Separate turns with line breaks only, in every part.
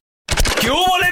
¿Qué hubo, le,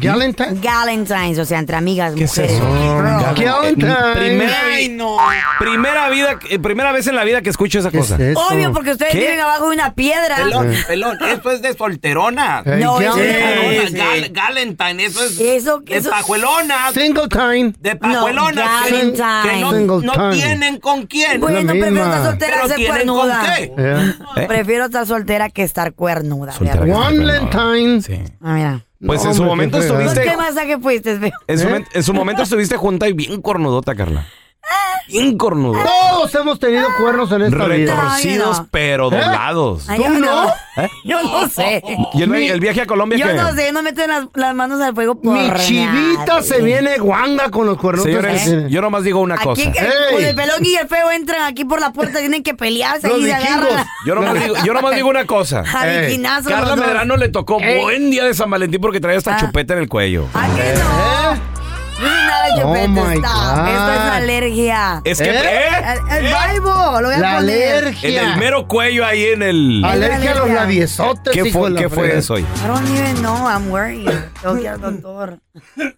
¿Galentine's?
Galentine's, o sea, entre amigas,
¿Qué es
mujeres.
eso? Gal- Galentine's. Eh, Primera vi-
Ay, no.
Primera vida, eh, primera vez en la vida que escucho esa cosa.
Obvio, porque ustedes
¿Qué?
viven abajo de una piedra.
Pelón,
Eh,
pelón, eso es de solterona.
Ey,
No,
ya
eso
ves.
es
eh, Sí,
de solterona. Gal- Galentine, eso es
Eso-
de
eso-
pajuelona.
Single time.
De pajuelona. que-
Galentine.
que no,
Single
no
time.
tienen con quién.
Bueno, Es la prefiero misma. estar
soltera a
Pero
ser
tienen
cuernuda.
con qué.
Eh.
Prefiero estar soltera que estar cuernuda.
Soltera
¿verdad?
que estar cuernuda.
Valentine.
Ah, mira.
Pues
No,
en su
hombre,
momento
qué fregada.
estuviste.
Pues ¿Qué masaje fuiste, feo?
En su, momento- en su momento estuviste junta y bien cornudota, Carla.
Eh.
Bien cornuda.
Todos hemos tenido
Ah.
cuernos en esta vida.
Retorcidos, pero
¿Eh?
doblados.
Ay, yo no. Yo no sé.
¿Y el, el viaje a Colombia
Yo
qué?
no sé, no meten las, las manos al fuego por
Mi
nada.
chivita se viene guanga con los cuernos.
Señores, yo nomás digo una
Aquí
cosa.
que con el pelón y el feo entran aquí por la puerta, tienen que pelearse
Los
y se agarran.
Yo nomás, digo, yo nomás digo una cosa.
A
Ey.
vikinazo
Carla
Ah, los dos.
Medrano le tocó
Ey. Ah.
buen día de San Valentín porque traía esta chupeta en el cuello.
No es nada,
Oh
Chupete,
my
stop.
God.
Esto es alergia.
Es que- ¿Eh?
El, el Bible, lo voy a
La
poner.
En el mero cuello ahí en el.
Alergia a los labiosotes,
¿Qué
hijo de
fue,
la
¿qué fue
fregada.
eso hoy?
I don't even know, I'm worried. Tengo que ir al doctor.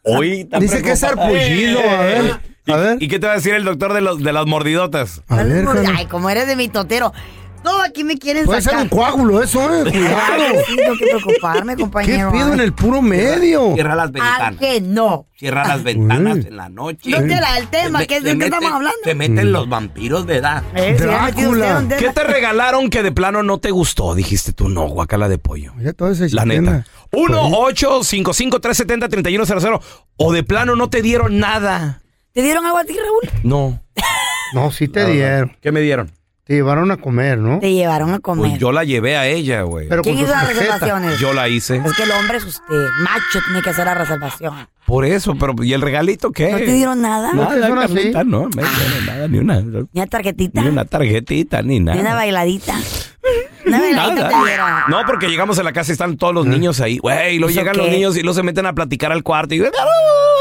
Hoy tan
Dice que es
preocupado.
sarpullido, a ver,
¿Y, Eh, y qué te va a decir el doctor de, los, de las mordidotas?
Ay, como eres de mi totero. Todo aquí me quieren
Puede ser
sacar.
un coágulo eso, eh. Cuidado.
Ay, sí, tengo que preocuparme,
¿Qué
compañero.
pido en el puro medio?
Cierra las
Ah,
ventanas.
que no.
Cierra las ventanas en la noche.
No te la- el tema,
Se
que es de
se
qué
meten-
estamos hablando.
Se meten los vampiros de edad.
Eh, se había metido usted donde-
¿Qué te regalaron que de plano no te gustó? Dijiste tú, no, guacala de pollo.
Ya todo ese
La neta. 1-855-370-3100. O de plano no te dieron nada.
¿Te dieron algo a ti, Raúl?
No.
No, sí te dieron.
¿Qué me dieron?
Te llevaron a comer, ¿no?
Te llevaron a comer.
Pues yo la llevé a ella, güey.
Pero con ¿Quién tu hizo las tarjeta. reservaciones?
Yo la hice.
Es que el hombre es usted, macho, tiene que hacer la reservación.
Por eso, pero ¿y el regalito qué?
¿No te dieron nada?
Nada,
¿No te dieron así?
Carlita, Eh. no, me dieron nada, ni una,
Ni una tarjetita,
ni una tarjetita, ni
ni una
nada.
bailadita. Una bailadita te dieron.
Nada. No, porque llegamos a la casa y están todos
Ah.
los niños ahí. Güey, y luego
¿Eso
llegan
qué?
los niños y luego se meten a platicar al cuarto. Y...
¿Qué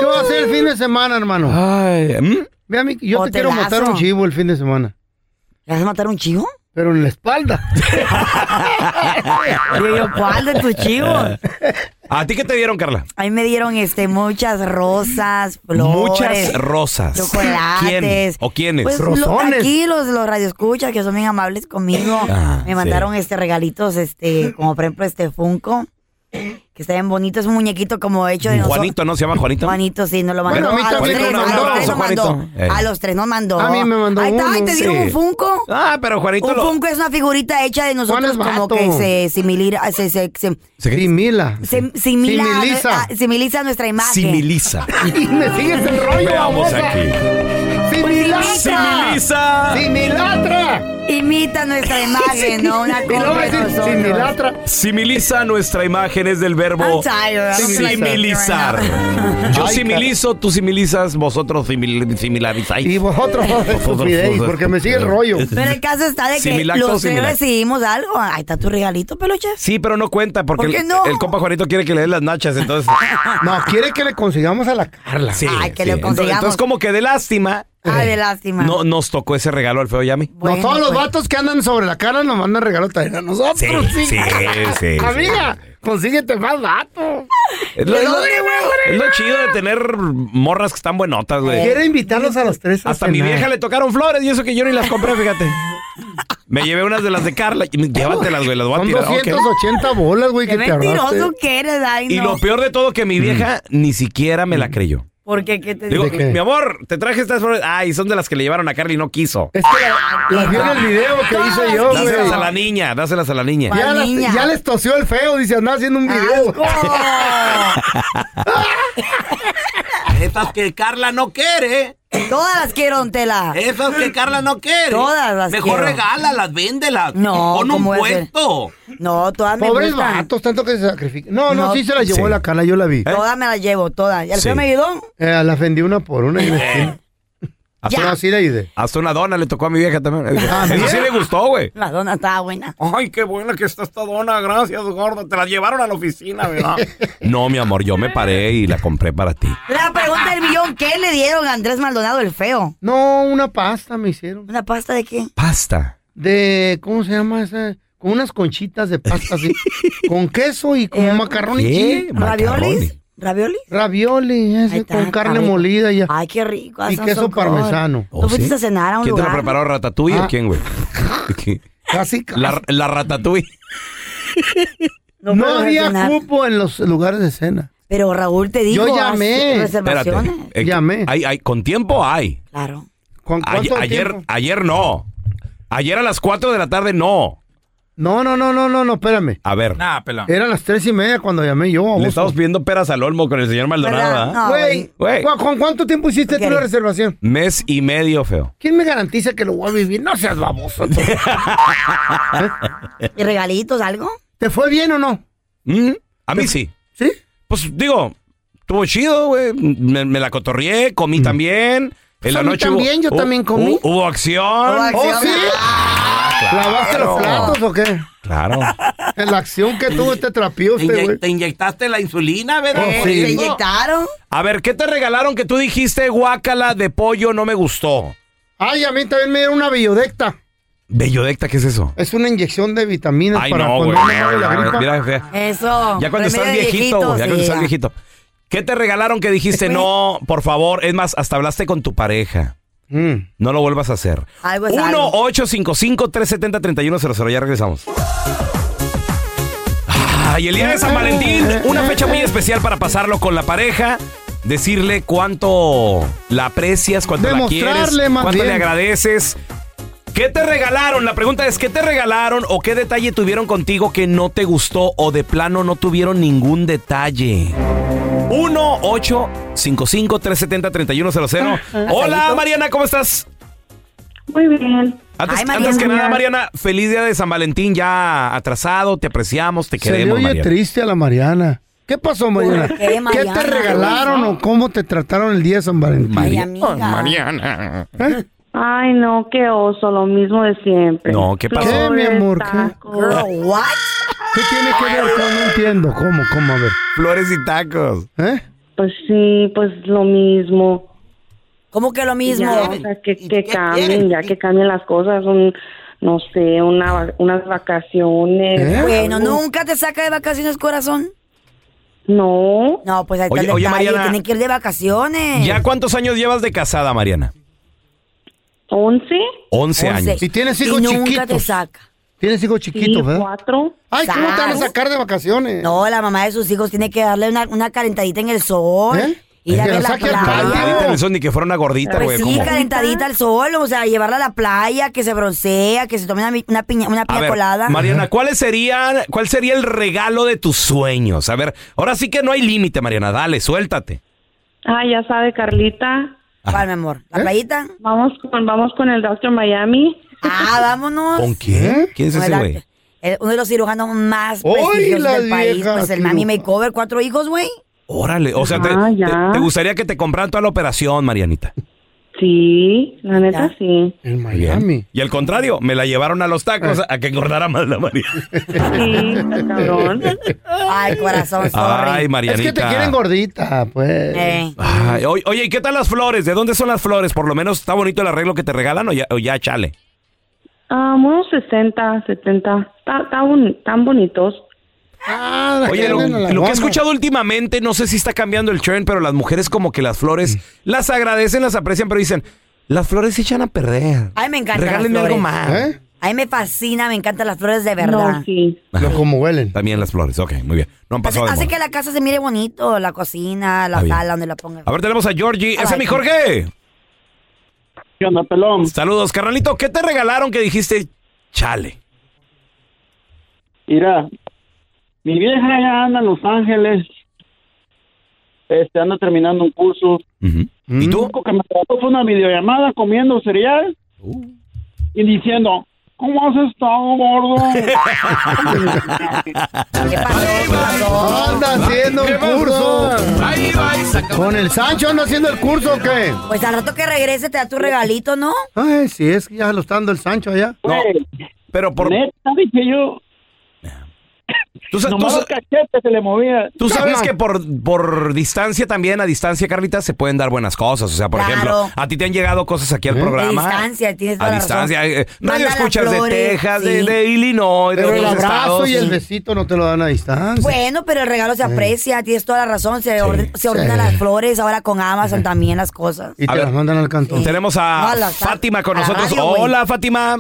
va a hacer el fin de semana, hermano?
Ay,
Ve a mí, yo te quiero
Hotelazo.
matar un chivo el fin de semana.
¿Le vas a matar un chivo?
Pero en la espalda.
Digo yo, ¿cuál de tus chivos?
¿A ti qué te dieron, Carla?
A mí me dieron este, muchas rosas, flores.
Muchas rosas.
Chocolates.
¿Quién? ¿O quiénes?
Pues, lo- aquí los, los radioescuchas que son bien amables conmigo
Ah,
me mandaron este regalitos, este, como por ejemplo este Funko. Que está bien bonito, es un muñequito como hecho de nosotros.
Juanito, ¿no se llama Juanito?
Juanito, sí, nos lo mandó.
Bueno, a mí
a, los
también
tres,
me
a
mandó
los tres
eso,
nos mandó.
Juanito. Eh.
A los tres nos mandó.
A mí me mandó
Ahí está, ahí
uno.
te dieron
Sí.
un Funko.
Ah, pero Juanito
Un
lo-
Funko es una figurita hecha de nosotros
Juan es
como
vato.
que se similira, se, se, se,
Simila.
se- simila-
Similiza.
ah, similiza nuestra imagen.
Similiza.
ah,
Y me sigues el rollo,
Veamos
babosa.
aquí.
Pues
Similatra.
Similiza.
Similatra.
Imita nuestra imagen, ¿no? Una
Y luego
cosa de
decir
nosotros.
Similatra.
Similiza nuestra imagen es del verbo
I'm tired, I'm
Similizar.
similizar. Yo
Ay,
similizo, tú similizas, vosotros simil-
Y
similarizáis.
vosotros estupidez, porque me sigue el rollo.
Pero el caso está de que
Similacto,
los tres
similac-
recibimos algo. Ahí está tu regalito, peluches.
Sí, pero no cuenta porque
¿Por qué
el,
no?
el compa Juanito quiere que le den las nachas, entonces.
No, quiere que le consigamos a la Carla.
Sí,
Ay, que
sí.
lo
Entonces-
consigamos.
Entonces, como que de lástima.
Ay, de lástima.
No, nos tocó ese regalo al feo Yami.
no todos los
pues.
vatos que andan sobre la Carla nos mandan regalos también a nosotros.
Sí, sí, sí,
Amiga, consíguete más vato.
Es lo, es lo- es lo chido de tener morras que están buenotas,
Eh,
güey.
Quiere invitarlos a los tres a
Pues. Hasta a mi
cenar.
vieja le tocaron flores y eso que yo ni las compré, fíjate. Me llevé unas de las de Carla. Llévatelas, güey, las voy a
Son
tirar. Ok.
280 bolas, güey,
Qué
que te
mentiroso
ahorraste.
que eres, ay,
Y
no. Mm.
lo peor de todo que mi vieja ni siquiera me la creyó.
¿Por qué? ¿Qué te
Le Digo,
¿De qué?
mi amor, te traje estas flores. Ay, son de las que le llevaron a Carla y no quiso.
Eh,
Es que la- las vio en el video que hice yo,
Las
güey.
Dáselas a la niña, dáselas a la niña.
Ya,
la
las-
niña.
ya les tosió el feo, dice, andaba haciendo un video.
¡Asco!
Esas que Carla no quiere.
Todas las quiero, don Tela.
¿Eh?
Esas que Carla no quiere.
Todas las
Mejor
quiero.
regálalas, véndelas.
No,
Pon un
¿cómo voy a hacer?
puesto.
No, todas me
Pobres
gustan.
vatos, tanto que se sacrifican. No, no,
No.
sí se la llevó
Sí.
la Carla, yo la vi.
Todas me las llevo, todas. ¿Y al
¿Eh? Sí.
feo me ayudó?
Eh, la ofendí una por una y
Eh.
me
Hasta,
No,
una,
sí la ayudé.
hasta una dona le tocó a mi vieja también.
Ah,
Eso sí le gustó, güey.
La dona estaba buena.
Ay, qué buena que está esta dona, gracias, gordo. Te la llevaron a la oficina, ¿verdad? No, mi amor, yo me paré y la compré para ti.
La pregunta del millón, ¿qué le dieron a Andrés Maldonado el feo?
No, una pasta me hicieron.
¿Una pasta de qué?
Pasta.
De, ¿cómo se llama esa? Con unas conchitas de pasta así. con queso y con macarrón y chile.
¿Raviolis? ¿Raviolis?
Ravioli, ese,
Ahí está, Ah.
con carne
está bien.
molida ya.
Ay, qué rico.
Y
son
queso
socor.
parmesano.
¿Tú fuiste a cenar a un
¿Quién
lugar?
te lo preparó, Ratatouille
Ah.
o quién, güey?
Casi, casi.
La, la Ratatouille.
No,
pero
había
cenar.
cupo en los lugares de cena.
Pero Raúl te dijo.
Yo
haz
llamé.
Espérate.
Reservaciones.
Eh,
Llamé.
Hay, hay, ¿Con tiempo hay?
Claro.
¿Con
Ay-
cuánto
ayer,
tiempo?
ayer no. Ayer a las 4 de la tarde no.
No, no, no, no, no, no, espérame.
A ver.
Nah, pelón.
Era las tres y media cuando llamé yo.
le
baboso.
estamos viendo peras al olmo con el señor Maldonado.
¿Verdad?
¿ah?
No,
Güey,
güey.
¿cu- ¿con cuánto tiempo hiciste
Ok.
tú la reservación?
Mes y medio, feo.
¿Quién me garantiza que lo voy a vivir? No seas baboso. tú.
¿Y regalitos, algo?
¿Te fue bien o no?
Mm, A mí sí.
¿Sí?
Pues digo, estuvo chido, güey. Me, me la cotorrié, comí también. En
Mm. Pues
la
a mí
noche
también, yo también comí.
Hubo, hubo acción. Ah,
Hubo acción.
¿Oh, sí? ¿Lavaste los platos o qué?
Claro.
En la acción que tuvo este trapío
Te,
usted,
inye-
güey.
te inyectaste la insulina, ¿verdad?
Oh,
¿Te
sí.
inyectaron?
A ver, ¿qué te regalaron que tú dijiste guácala de pollo no me gustó?
Ay, a mí también me dieron una biodecta.
Bellodecta, ¿qué es eso?
Es una inyección de vitaminas
Ay,
para
no,
cuando
güey.
me agarre la gripa.
Mira, fea.
Eso.
Ya cuando estás
remedio de
viejito, güey, ya cuando
sí,
estás viejito. ¿Qué te regalaron que dijiste no, por favor? Es más, hasta hablaste con tu pareja.
Mm.
No lo vuelvas a hacer.
Algo es algo.
1-855-370-3100. Ya regresamos. Ay, el día de San Valentín, una fecha muy especial para pasarlo con la pareja. Decirle cuánto la aprecias, cuánto la
Demostrarle
quieres,
más
cuánto le
bien.
agradeces. ¿Qué te regalaron? La pregunta es, ¿qué te regalaron o qué detalle tuvieron contigo que no te gustó o de plano no tuvieron ningún detalle? 1-855-370-3100. Hola, Mariana, ¿cómo estás?
Muy bien.
Antes,
Ay,
antes
Mariana.
que nada, Mariana, feliz día de San Valentín ya atrasado, te apreciamos, te
Se le
queremos,
oye
Mariana.
triste a la Mariana. ¿Qué pasó, Mariana?
qué,
¿Qué,
Mariana?
te regalaron o cómo te trataron el día de San Valentín?
Ay, amiga.
Ay, no, qué oso, lo mismo de siempre.
No, ¿qué pasó?
¿Qué, mi amor? ¿Qué?
tacos.
Girl, Oh, what?
¿Qué tiene que ver con? No entiendo. ¿Cómo? ¿Cómo? A ver.
Flores y tacos.
¿Eh?
Pues sí, pues lo mismo.
¿Cómo que lo mismo?
Ya, pues, o sea, que, que
qué
cambien,
quieren?
ya que cambien las cosas, un, no sé, una, va- unas vacaciones.
¿Eh?
Bueno, nunca te saca de vacaciones, corazón.
No,
No, pues ahí está
Oye,
el detalle.
oye, Mariana.
Tienen que ir de vacaciones.
¿Ya cuántos años llevas de casada, Mariana?
once.
11
Once.
años.
Y tienes hijos
Y nunca
chiquitos.
te saca.
Tienes hijos chiquitos,
Sí,
¿verdad?
cuatro.
Ay, ¿cómo te van a
Sas.
sacar de vacaciones?
No, la mamá de sus hijos tiene que darle una, una calentadita en el sol.
¿Eh?
Ir a
Que
ver
la
la
saque al
Calentadita en
playa.
el sol, ni que fuera una gordita,
Pues
güey.
sí,
¿cómo?
calentadita al sol, o sea, llevarla a la playa, que se broncea, que se tome una, mi- una piña, una
A
piña
ver,
colada.
Mariana, ¿cuál sería, ¿cuál sería el regalo de tus sueños? A ver, ahora sí que no hay límite, Mariana. Dale, suéltate.
Ah, ya sabe, Carlita.
¿Cuál, mi amor?
¿Eh?
¿La playita?
Vamos con, vamos con el Dr. Miami.
Ah, vámonos.
¿Con quién? ¿Quién es
Con
ese
el
güey?
arte. El- Uno de los cirujanos más
¡Ay,
prestigiosos
la
del país.
vieja
Pues el mami
cirujana!
makeover, cuatro hijos, güey.
Órale, o sea, te,
Ah,
te-
ya.
te gustaría que te compraran toda la operación, Marianita.
Sí, la neta
Ya.
sí.
En Miami.
Y al contrario, me la llevaron a los tacos a que engordara más la Mariana.
Sí, cabrón.
Ay, corazón, sorry.
Ay,
Es
Marianita.
que te quieren gordita, pues.
Eh,
Ay, oye, oye, ¿y qué tal las flores? ¿De dónde son las flores? Por lo menos está bonito el arreglo que te regalan o ya, o ya chale.
Ah, unos 60, 70. Está- está boni- tan bonitos.
Ah, la
Oye, lo,
venden a la
lo que he
Walmart.
escuchado últimamente, no sé si está cambiando el trend, pero las mujeres como que las flores
Mm.
las agradecen, las aprecian, pero dicen, las flores se echan a perder.
Ay, me encantan las
Regálenme algo
flores.
más.
¿Eh?
a mí me fascina, me encantan las flores de verdad.
No, sí.
Lo como huelen.
También las flores, ok, muy bien. No han
Hace,
pasado de
hace
moda.
que la casa se mire bonito, la cocina, la
Está bien.
sala, donde la ponga.
A ver, tenemos a Georgie. ¡Ese
Ah,
es
vaya.
mi Jorge!
¿Qué onda, pelón?
Saludos, carnalito. ¿Qué te regalaron que dijiste, chale?
Mira, mi vieja ya anda en Los Ángeles. Este, anda terminando un curso.
Mm.
¿Y tú?
Lo que me trató fue una videollamada comiendo cereal y diciendo, ¿cómo has estado, gordo?
¿Qué pasó? ¿Qué pasó?
Anda haciendo un curso.
Ahí va, ahí saca-
¿Con el Sancho anda haciendo el curso o qué?
Pues al rato que regrese te da tu regalito, ¿no?
Ay, sí, es que ya lo está dando el Sancho allá.
Güey,
Pero por...
neta, dije yo,
Tú, sa- tú
nomás
sa-
los cachetes se le movía.
Tú sabes
Ajá.
que por, por distancia también, a distancia, Carlita, se pueden dar buenas cosas. O sea, por
Claro.
ejemplo, a ti te han llegado cosas aquí al
¿Eh?
programa.
A distancia, tienes toda
A
la
distancia.
razón.
eh, Radio
pues, Manda las
escuchas de
flores,
Texas, de,
sí.
de Illinois, de
Pero el
otros
abrazo
estados.
y el besito no te lo dan a distancia.
Bueno, pero el regalo se aprecia, tienes toda la razón. Se, orden- se ordenan las flores, ahora con Amazon también las cosas.
y
A
te
ver.
las mandan al cantón.
Tenemos a
Hola, Fa-
Fátima con
a la
nosotros.
radio, güey.
Hola, Fátima.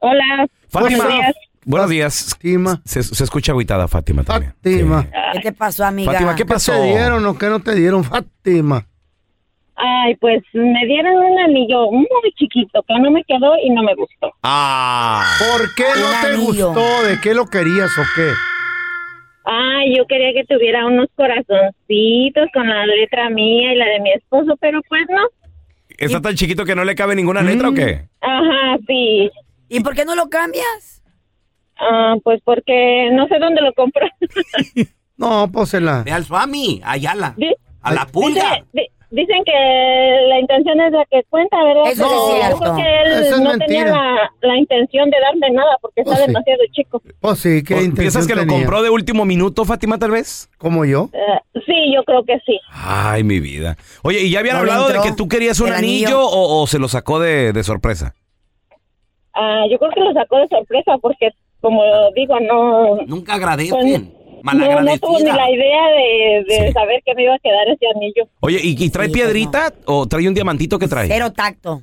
Hola.
Fátima.
Buenos días.
Buenos días.
Fátima.
Se, se escucha agüitada, Fátima, también.
Fátima.
Sí.
¿Qué te pasó, amiga?
Fátima, ¿qué
¿Qué
pasó?
te dieron o qué no te dieron, Fátima?
Ay, pues me dieron un anillo muy chiquito que no me quedó y no me gustó.
Ah.
¿Por qué
Un
no te
anillo.
gustó? ¿De qué lo querías o qué?
Ay, yo quería que tuviera unos corazoncitos con la letra mía y la de mi esposo, pero pues no.
¿Está tan chiquito que no le cabe ninguna letra
Mm,
o qué?
Ajá, sí.
¿Y por qué no lo cambias?
Ah, pues porque no sé dónde lo compró.
No, pues, pósela.
Ve al Swami, allá
Di-
A la pulga.
dice- di- dicen que la intención es la que cuenta, ¿verdad?
Eso sí
Pero
es
yo
cierto.
creo que él
Eso es
no
mentira.
tenía la, la intención de darme nada porque
Oh,
está
sí.
demasiado chico.
Pues sí, qué intención
¿Piensas que lo
tenía?
compró de último minuto, Fátima, tal vez?
¿Como yo?
Eh, sí, yo creo que sí.
Ay, mi vida. Oye, ¿y ya habían
No le
hablado de
entró
que tú querías un
el
anillo,
anillo.
O, o se lo sacó de, de sorpresa?
Ah, yo creo que lo sacó de sorpresa porque, como digo, no,
Nunca agradecen.
Pues, no, no tuvo ni
Malagradecida.
la idea de, de
Sí.
saber que me iba a quedar ese anillo.
Oye, ¿y, y trae
Sí, pues
piedrita o trae un diamantito que trae?
Cero tacto.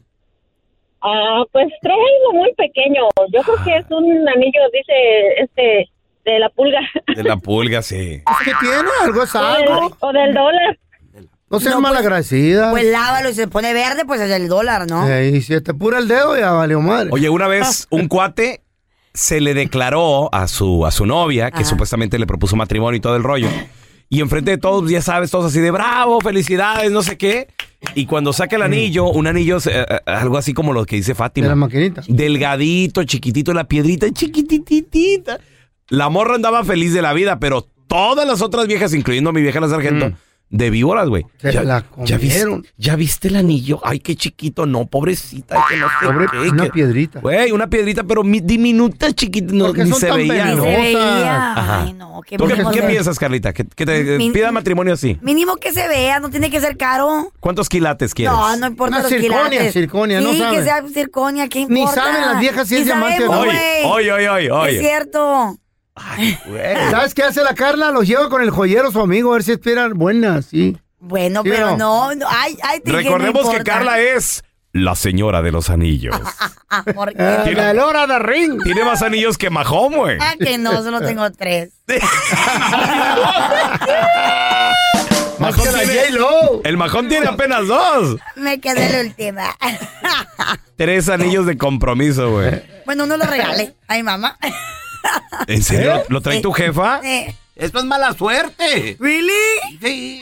Ah, pues trae algo muy pequeño. Yo creo que es un anillo, dice, este, de la pulga.
De la pulga, sí.
¿Qué tiene? ¿Algo es
O del-
algo?
o del dólar.
No seas
Pues, No, pues-
malagradecida.
Pues lávalo y se pone verde, pues es el dólar, ¿no?
Eh, y si te pura el dedo, ya valió madre.
Oye, una vez un cuate se le declaró a su, a su novia, que
Ajá.
supuestamente le propuso matrimonio y todo el rollo. Y enfrente de todos, ya sabes, todos así de bravo, felicidades, no sé qué. Y cuando saca el anillo, un anillo, se- eh, eh, algo así como lo que dice Fátima.
de la maquinita.
Delgadito, chiquitito, la piedrita chiquititita. La morra andaba feliz de la vida, pero todas las otras viejas, incluyendo a mi vieja la sargento, de víboras, güey.
Mm. Se la
viste,
comieron.
ya viste el anillo. Ay, qué chiquito. No, pobrecita. ay, que no sé
Pobre,
qué,
una
que-
piedrita.
Güey, una piedrita, pero mi- diminuta, chiquita. No,
Porque
ni
son
se
tan
veía,
Ni
¿no?
venenosas.
se veía.
Ajá.
Ay, no, qué
¿Tú qué,
mínimo
qué
se-
piensas, Carlita? ¿Que, que te
pues, Mi-
pida matrimonio así?
Mínimo que se vea, no tiene que ser caro.
¿Cuántos quilates quieres?
No, no importa
Una
los
circonia,
quilates.
circonia,
sí,
no
que
saben.
sea circonia, ¿qué
Ni
importa?
saben las viejas si
Ni
es diamante o no.
sabemos,
Oye,
güey.
oye, oye, oye, oye.
Es cierto.
Güey.
¿Sabes qué hace la Carla? Los lleva con el joyero su amigo a ver si esperan buenas, sí.
Bueno,
¿Sí o
pero
no?
no, no, ay, ay, te dije, no
Recordemos que
importa.
Carla es la señora de los anillos.
Ah, ¿por qué?
Tiene-
Lora de Ring.
Tiene más anillos que Mahom, güey.
Ah, que no, solo tengo tres.
Mahón tiene- El Mahón tiene apenas dos.
Me quedé la última.
Tres anillos de compromiso, güey.
Bueno, no lo regalé. Ay, mamá.
¿En serio? ¿Lo trae tu jefa?
Eh,
Esto es mala suerte.
¿Really?
Sí.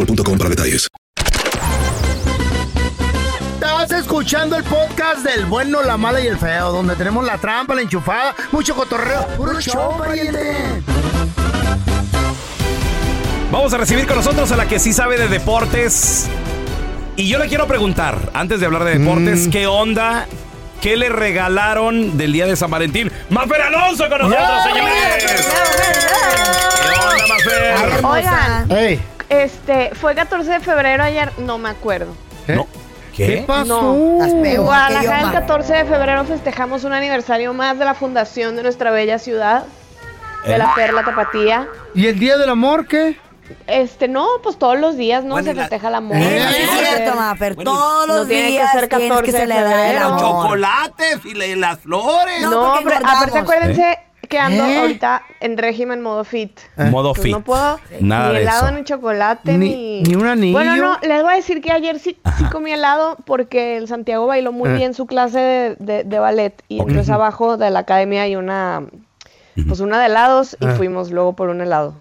para detalles.
Estás escuchando el podcast del bueno, la mala y el feo, donde tenemos la trampa, la enchufada, mucho cotorreo. ¡Puro show, pariente!
Vamos a recibir con nosotros a la que sí sabe de deportes. Y yo le quiero preguntar, antes de hablar de deportes, ¿qué onda? ¿Qué le regalaron del día de San Valentín? ¡Mafer Alonso con nosotros, señores! ¿Qué onda, Mafer?
Oigan,
¡Ey!
este, fue 14 de febrero ayer, no me acuerdo.
No,
¿Qué
¿Qué?
pasó?
No.
Estás peor que yo,
Guadalajara, el
mamá.
14 de febrero festejamos un aniversario más de la fundación de nuestra bella ciudad, de la Perla Tapatía.
¿Y el día del amor qué?
Este, no, pues todos los días, ¿no?
Bueno,
Se
la-
festeja el amor.
Eh,
no
sí
tiene
Sí, es
que
cierto,
ser-
mamá, pero
Bueno,
todos
no
los
tiene que
días
ser
tienes que
14 de
celebrar el
febrero.
Los
amor.
chocolates y le- las flores.
No,
No,
porque
pero
engordamos.
aparte acuérdense que ando
¿Eh?
ahorita en régimen modo fit.
¿Eh? Modo
Entonces,
fit.
No puedo
Nada
ni
de
helado,
eso.
ni chocolate,
Ni-
ni...
ni un anillo.
Bueno, no, les voy a decir que ayer sí, sí comí helado porque el Santiago bailó muy
Eh.
bien su clase de, de- de ballet y
Ok.
entonces abajo de la academia hay una... Pues una de helados y fuimos luego por un helado.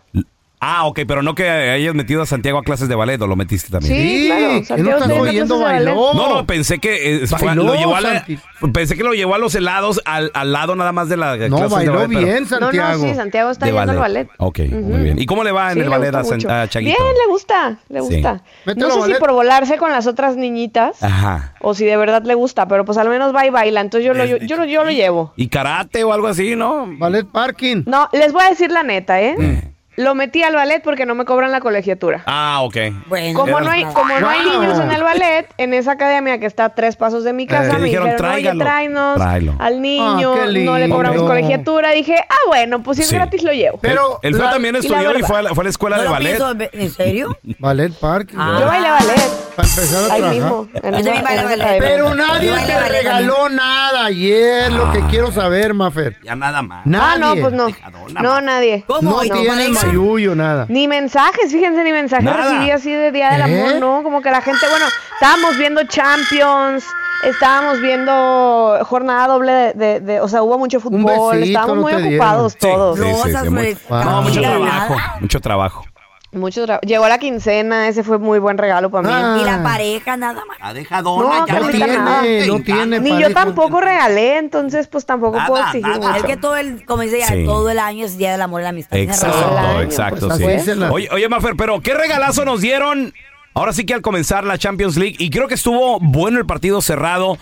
Ah, ok, pero no que hayas metido a Santiago a clases de ballet, o lo metiste también.
Sí, claro,
¿qué no
Santiago
estás
tiene
oyendo
clases de ballet.
bailó?
No, no, pensé que eh, fue-
Bailó,
lo llevó a la-
Santi.
pensé que lo llevó a los helados al, al lado nada más de la
No,
clases de
bailó
ballet, pero-
bien, Santiago.
No, no, sí, Santiago está
de Ah,
yendo al ballet.
Ok,
Ujú.
muy bien. ¿Y cómo le va en
Sí,
el
le
ballet
gusta
a, San-
mucho.
a Chaguito?
Bien, le gusta, le
Sí.
gusta.
Mételo
No sé
ballet.
si por volarse con las otras
Ah.
niñitas
Ajá.
o si de verdad le gusta, pero pues al menos va y baila, entonces yo lo, yo,
Desde
lo- yo lo llevo.
¿Y karate o algo así, no?
Ballet Parking.
No, les voy a decir la neta, ¿eh?
Eh.
Lo metí al ballet porque no me cobran la colegiatura.
Ah, ok.
Bueno,
Como no hay,
Ah,
como no hay
Wow.
niños en el ballet, en esa academia que está a tres pasos de mi casa,
Eh,
me
dijeron,
dijeron, oye,
"Tráigalo".
tráenos
Tráelo.
al niño,
Ah, qué
no le cobramos
lindo.
colegiatura. Dije, ah, bueno, pues si es
Sí.
gratis lo llevo.
Pero
el, el Feo
la-
también
y la
estudió y
verdad-
fue a la, fue a la escuela
no
de
lo
ballet.
pienso, ve- ¿En serio?
Ballet Parking.
Ah.
Yo bailé ballet.
Para empezar a
Ahí
trabajar.
mismo. en
Yo
esa-
también bailo
en esa
ballet.
academia.
Pero nadie
Baila,
te
baila
regaló nada y es lo que
Ah.
quiero saber, Mafer.
Ya nada más.
Ah,
Nadie.
no, pues no.
Dejadona,
No,
madre.
nadie.
¿Cómo?
No,
¿Y tu
tiene
pareja?
mayullo, nada.
Ni mensajes, fíjense, ni mensajes
Nada.
recibí así de Día del
¿Eh?
Amor, ¿no? Como que la gente, bueno, estábamos viendo Champions, estábamos viendo jornada doble de, de- de- o sea, hubo mucho fútbol,
besito,
estábamos
no
muy
te
ocupados
Sí,
todos.
sí, sí,
Rosas,
sí, muy-
flores,
No, mucho
nada.
trabajo. Mucho trabajo.
Mucho tra- Llegó la quincena, ese fue muy buen regalo para mí.
Ah,
Y la pareja nada más.
Ah,
La dejadona.
No,
ya
no
le
tiene,
ganaste,
no
ya.
tiene.
Ni
parejo.
yo tampoco regalé, entonces pues tampoco
Nada,
puedo exigir
nada.
mucho.
Es que todo el, como dice ella,
Sí.
todo el año es día del amor y la amistad. Tienes razón.
Exacto,
Todo el año,
exacto,
por
sí.
supuesto.
Oye, oye, Mafer, pero qué regalazo nos dieron. Ahora sí que al comenzar la Champions League, y creo que estuvo bueno el partido cerrado,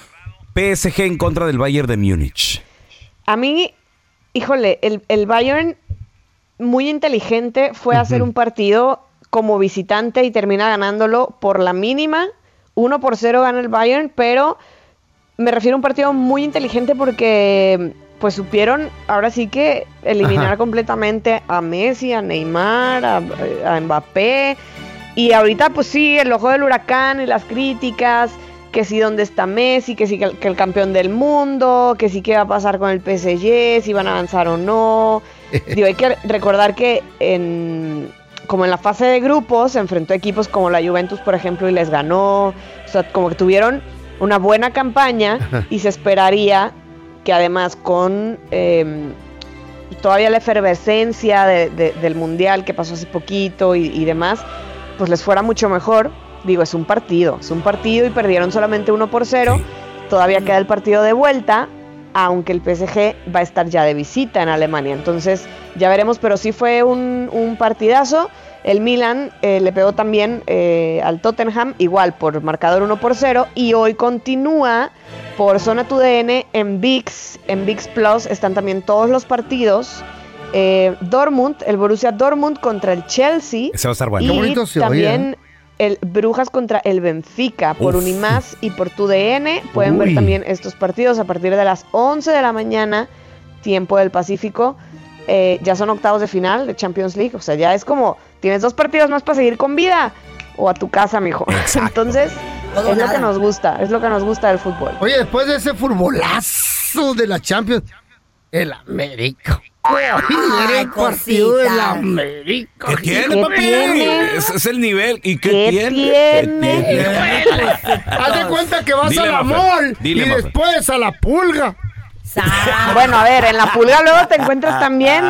PSG en contra del Bayern de Múnich.
A mí, híjole, el, el Bayern muy inteligente fue a hacer un partido como visitante y termina ganándolo por la mínima. 1 por 0 gana el Bayern, pero me refiero a un partido muy inteligente porque pues supieron ahora sí que eliminar
Ajá.
completamente a Messi, a Neymar, a, a Mbappé. Y ahorita pues sí, el ojo del huracán y las críticas, que sí dónde está Messi, que sí que el, que el campeón del mundo, que sí qué va a pasar con el PSG, si van a avanzar o no. Digo, hay que recordar que en como en la fase de grupos se enfrentó a equipos como la Juventus, por ejemplo, y les ganó. O sea, como que tuvieron una buena campaña y se esperaría que además con eh, todavía la efervescencia de- de- del mundial que pasó hace poquito y, y demás, pues les fuera mucho mejor. Digo, es un partido, es un partido y perdieron solamente uno por cero. Todavía queda el partido de vuelta, aunque el PSG va a estar ya de visita en Alemania. Entonces, ya veremos, pero sí fue un, un partidazo. El Milan eh, le pegó también eh, al Tottenham, igual por marcador 1 por 0. Y hoy continúa por Zona Tu DN en VIX. En VIX Plus están también todos los partidos. Eh, Dortmund, el Borussia Dortmund contra el Chelsea.
Ese va a estar bueno.
Y
Qué bonito se
¿eh?
oye,
también el Brujas contra el Benfica por
Uf.
Unimás y por Tu DN. Pueden ver
Uy.
también estos partidos a partir de las 11 de la mañana, tiempo del Pacífico. Eh, ya son octavos de final de Champions League. O sea, ya es como, tienes dos partidos más para seguir con vida o a tu casa, mijo. Entonces,
Todo
es lo
nada.
que nos gusta, es lo que nos gusta del fútbol.
Oye, después de ese futbolazo de la Champions, el América. Era el partido
cosita.
del América.
¿Qué tiene,
¿Qué
papi?
tiene?
Es, es el nivel. ¿Y qué,
¿Qué
tiene?
tiene?
¿Qué tiene?
Ah.
Haz de cuenta que vas
Dile,
a la
Mafer,
mall
dile,
y
Mafer.
después a la pulga.
Bueno, a ver, en la pulga luego te encuentras también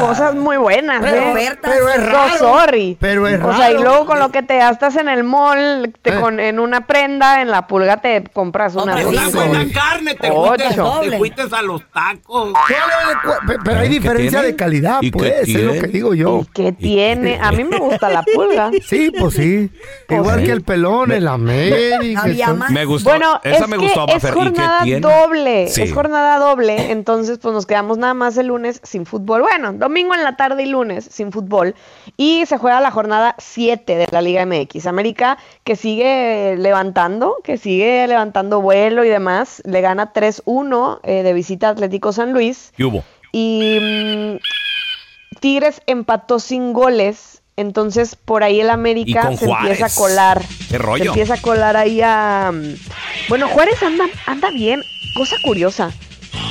cosas muy buenas,
Pero
¿eh?
ofertas. Pero es
No,
raro.
sorry.
Pero es
O sea, y
raro. Eh.
luego con lo que te gastas en el mall, te con, en una prenda, en la pulga te compras una
Te
rifa.
una buena carne, te
Ocho.
fuiste, te
Doble.
fuiste a los tacos.
Pero hay
¿Qué
diferencia
tiene?
de calidad,
¿Y qué
pues, es lo
tiene? Oh.
que digo yo.
¿Qué tiene? A mí me gusta la pulga.
Sí, pues sí. Igual
sí.
que el pelón, el América.
Había
todo.
más. Bueno, es que Es jornada doble, es jornada doble, entonces pues nos quedamos nada más el lunes sin fútbol. Bueno, domingo en la tarde y lunes sin fútbol. Y se juega la jornada 7 de la Liga MX. América que sigue levantando, que sigue levantando vuelo y demás, le gana 3-1 eh, de visita a Atlético San Luis.
¿Qué hubo?
Y mm, Tigres empató sin goles. Entonces por ahí el
Y
América
con
se
Juárez.
empieza a colar.
Qué rollo.
Se empieza a colar ahí a. mm, Bueno, Juárez anda, anda bien. Cosa curiosa.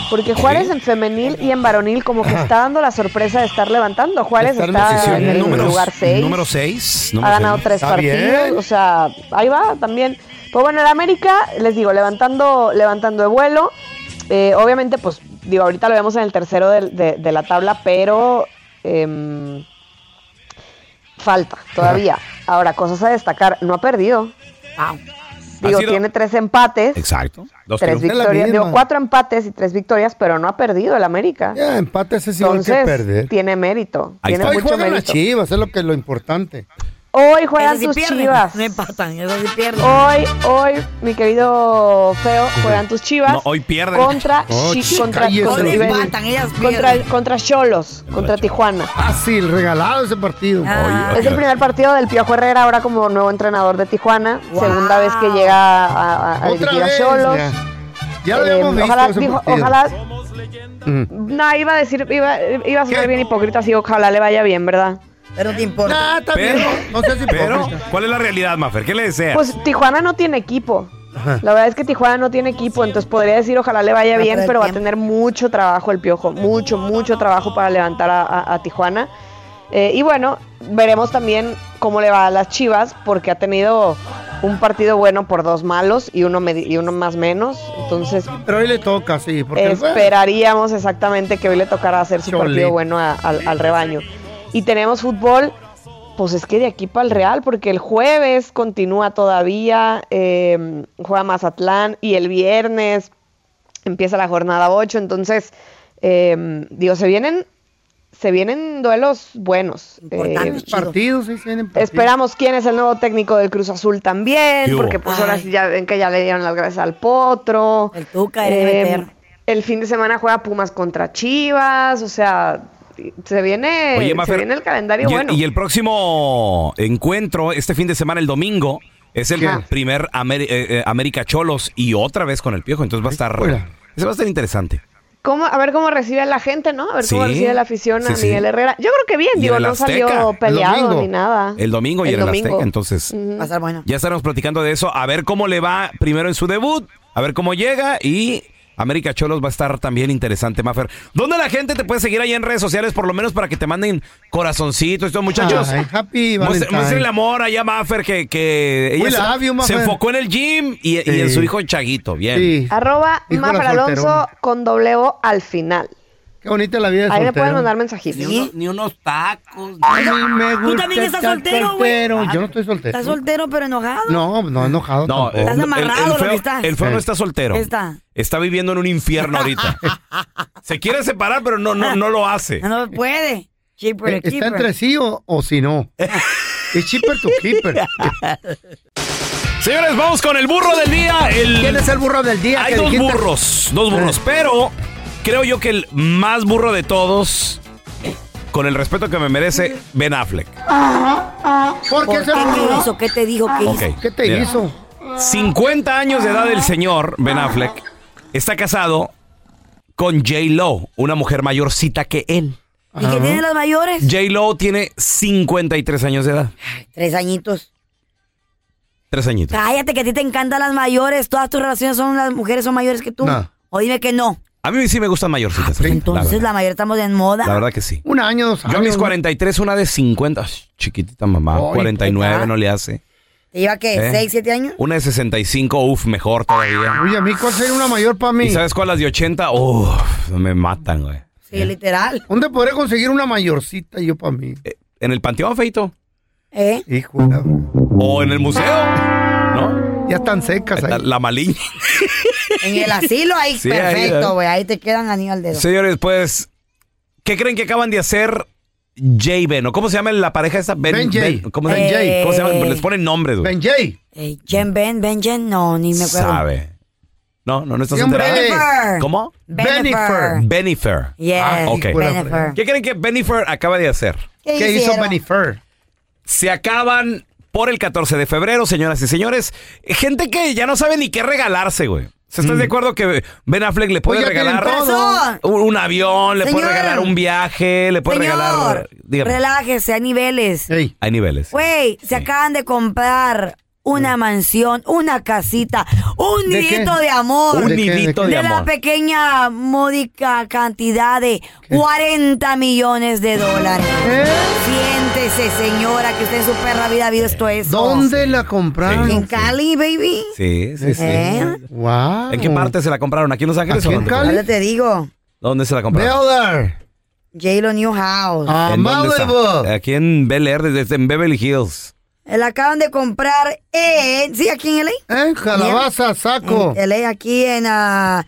Porque Juárez en femenil y en varonil como que
Ajá.
está dando la sorpresa de estar levantando. Juárez
Estar en
está
posición
en el
número-
lugar 6.
Número 6.
Ha ganado tres partidos, o sea, ahí va también. Pues bueno, el América, les digo, levantando, levantando de vuelo. Eh, obviamente, pues, digo, ahorita lo vemos en el tercero del- de, de la tabla, pero em, falta todavía. Ahora, cosas a destacar, no ha perdido. Digo,
Ha sido-
tiene tres empates,
Exacto. Dos
tres
triunfos.
victorias, digo, cuatro empates y tres victorias, pero no ha perdido el América.
Ya, empates es igual que
Entonces,
perder.
tiene mérito,
Ahí
tiene
está. Hoy
mucho
juegan las
mérito.
chivas, es lo que es lo importante.
Hoy juegan
Eso sí
tus
pierden,
chivas. Oh,
No empatan, eso sí pierden.
Hoy, hoy, mi querido Feo, juegan tus chivas.
No, hoy pierden.
Contra
Oh,
Chi-
ch-
contra
cállese.
contra-
Ellas
empatan, ellas
contra,
pierden.
contra Cholos, contra Tijuana.
Fácil, regalado ese partido.
Ah,
Es el primer partido del Piojo Herrera, ahora como nuevo entrenador de Tijuana. Segunda vez que llega a, a- a
Otra
dirigir a
vez,
Cholos. Eh,
ya. Ya lo habíamos visto
ojalá,
ese
dijo-
partido.
ojalá,
Mm.
no, iba a decir, iba, iba a sonar bien hipócrita, así, ojalá le vaya bien, ¿verdad?
Pero no te importa.
Nah, está bien, no seas
Pero,
hipócrita.
¿cuál es la realidad, Mafer? ¿Qué le deseas?
Pues Tijuana no tiene equipo.
Ajá.
La verdad es que Tijuana no tiene equipo, entonces podría decir ojalá le vaya
Va a
bien,
perder
pero va a
tiempo.
tener mucho trabajo el piojo, mucho, mucho trabajo para levantar a, a- a Tijuana. Eh, y bueno, veremos también cómo le va a las Chivas, porque ha tenido un partido bueno por dos malos y uno, medi- y uno más menos. Entonces
Pero hoy le toca, sí. Porque,
esperaríamos exactamente que hoy le tocará hacer su
Chole.
partido bueno a- al, al rebaño. Y tenemos fútbol, pues es que de aquí para el Real, porque el jueves continúa todavía, eh, juega Mazatlán y el viernes empieza la jornada 8, entonces, eh, digo, se vienen, se vienen duelos buenos. eh,
Importantes partidos, sí, tienen partidos.
Esperamos quién es el nuevo técnico del Cruz Azul
¿Qué
también,
hubo?
porque pues ahora sí ya ven que ya le dieron las gracias al Potro. El Tuca
debe meter.
El fin de semana juega Pumas contra Chivas, o sea, se viene,
Oye,
eh, se
Mafer,
viene el calendario
y,
bueno.
y el próximo encuentro, este fin de semana, el domingo, es el
Ajá.
primer Ameri- eh, eh, América Cholos y otra vez con el Piojo. Entonces va a estar. Ese va a estar interesante.
cómo, a ver cómo recibe a la gente, ¿no? A ver cómo
Sí.
recibe la afición a
Sí, sí.
Miguel Herrera. Yo creo que bien,
Y
digo,
en el
no salió
Azteca, el
peleado
domingo.
ni nada.
El domingo y
Ah, El
en el
domingo. Mm.
Azteca, entonces.
Ujú.
Va a estar bueno.
Ya estaremos platicando de eso. A ver cómo le va primero en su debut, a ver cómo llega y América Cholos va a estar también interesante, Mafer. ¿Dónde la gente te puede seguir ahí en redes sociales, por lo menos para que te manden corazoncitos, estos muchachos?
Ay, happy
Muestra-
Valentine.
muestra el amor allá, Mafer, que, que
We
ella se,
love you,
se
Mafer.
enfocó en el gym y, y
Sí.
en su hijo Chaguito. Bien.
Sí.
Arroba
Hijo de la
Mafra Alonso
solterona.
con doble O al final.
Qué bonita la vida de
Ahí me
soltero.
pueden mandar mensajitos.
Ni unos tacos.
Ay, me gusta
Tú también estás
estar
soltero, güey.
Yo no estoy soltero.
Estás soltero pero enojado.
No, no enojado.
No, eh,
tampoco.
el-
amarrado,
el,
lo que
feo,
estás.
el feo no está soltero.
Está.
Está viviendo en un infierno ahorita. Se quiere separar, pero no, no, no lo hace.
Ah.
No puede. Cheaper,
Eh, ¿Está
cheaper.
entre sí o, o si no? Es cheaper to keeper.
Señores, vamos con el burro del día. El...
¿Quién es el burro del día?
Hay
que
dos
dijiste?
burros, dos burros,
Eh.
pero creo yo que el más burro de todos, con el respeto que me merece, Ben Affleck.
¿Por qué se
te
burló?
hizo? ¿Qué te dijo? ¿Qué
Ok,
¿Qué te
mira.
hizo?
50 años de edad el señor Ben Affleck está casado con J. Lo, una mujer mayorcita que él.
hizo? ¿Y qué tiene las mayores?
J. Lo tiene 53 años de edad.
Tres añitos.
Tres añitos.
Cállate que a ti te encantan las mayores. Todas tus relaciones son las mujeres son mayores que tú.
No.
O dime que no.
A mí sí me gustan
Ah,
mayorcitas. la,
Entonces
verdad,
la mayor estamos en moda.
la verdad que sí.
Un año, dos años.
Yo a mis 43, una de 50. Ay, Chiquitita mamá.
Ay,
49
puta.
no le hace.
¿Te lleva qué?
¿Eh?
¿Seis, siete años?
Una de 65, uff, mejor todavía.
Oye, a mí, ¿cuál sería una mayor para mí?
¿Y sabes cuál? Las de 80, uff, me matan, güey.
Sí, literal.
¿Dónde podré conseguir una mayorcita yo para mí?
¿En el panteón, Feito?
¿Eh?
Hijo, la-
¿O en el museo? ¿No?
ya están secas
Está
Pues ahí.
La maliña.
En el asilo ahí,
Sí, ahí,
perfecto,
ahí.
güey. Ahí te quedan anillo al dedo.
Señores, pues, ¿qué creen que acaban de hacer Jay Ben? ¿O cómo se llama la pareja esa? Ben,
Ben Jay.
¿Cómo,
Ben
se,
Jay.
¿Cómo se llama?
Eh.
Les ponen nombres, güey.
Ben Jay.
Eh, Jen Ben, Ben Jen, no, ni me acuerdo.
Sabe. No, no, no estás
Sí, hombre.
enterada.
Bennifer.
¿Cómo?
Bennifer.
Bennifer.
Benifer.
Yes,
Ah, ok.
hijo de la
Bennifer.
¿Qué creen que Benifer acaba de hacer?
¿Qué, hizo Pues
hicieron?
Benifer?
se acaban por el 14 de febrero, señoras y señores. Gente que ya no sabe ni qué regalarse, güey. ¿Se estás de
Mm.
acuerdo que Ben Affleck le puede
Pues ya tienen
regalar
todo.
un, un avión, le puede
Señor.
regalar un viaje, le puede regalar...
Señor,
Dígame,
relájese, hay niveles.
Ey,
hay niveles.
Güey, se acaban de comprar una mansión, una casita, un
¿De
nidito
qué?
de amor.
un
¿de qué?
nidito de,
de la
amor.
pequeña módica cantidad de 40 millones de dólares.
¿Eh?
¿Eh?
Siéntese, señora, que usted en su perra vida ha habido esto
Oh,
eso.
¿Dónde la compraron?
En Cali, baby.
Sí, sí, sí.
¿Eh?
Wow.
¿En qué parte se la compraron? ¿Aquí en Los Ángeles
Mm. ¿Aquí
o
en
dónde?
Cali?
Ahora te digo,
¿Dónde se la compraron?
Beller.
J-Lo Newhouse.
A
¿En dónde está? Eh,
Malibu.
Aquí en Bel Air, desde en Beverly Hills.
Eh, La acaban de comprar en... Sí, aquí en LA.
En ¿Eh? Calabaza, saco.
En LA, aquí en... ah,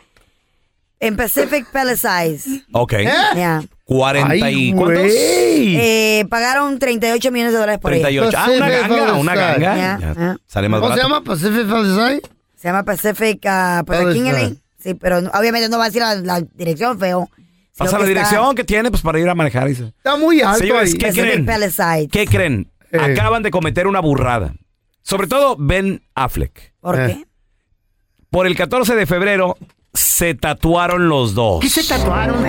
en Pacific Palisades.
Ok.
Ya.
40 y...
¿Eh? Ay,
¿Cuántos?
güey. Pues
Eh, pagaron 38 millones de dólares por ella.
38. Ah, una
Pacific
ganga, una
Palisades.
ganga.
Ya,
Ya,
ya.
Sale Eh, más
¿Cómo se
barato.
llama? Pacific Palisade.
Se llama Pacific, ah, pues aquí en LA.
Palisades.
Sí, pero no- obviamente no va a decir la, la dirección, feo. sino
Pasa
que
la
está
dirección que tiene pues para ir a manejar. dice.
Está muy alto
Señores,
ahí.
¿qué
Pacific
creen?
Palisades.
¿Qué creen?
Eh.
Acaban de cometer una burrada. Sobre todo Ben Affleck.
¿Por
Eh.
qué?
Por el 14 de febrero se tatuaron los dos.
¿Qué se tatuaron? tú?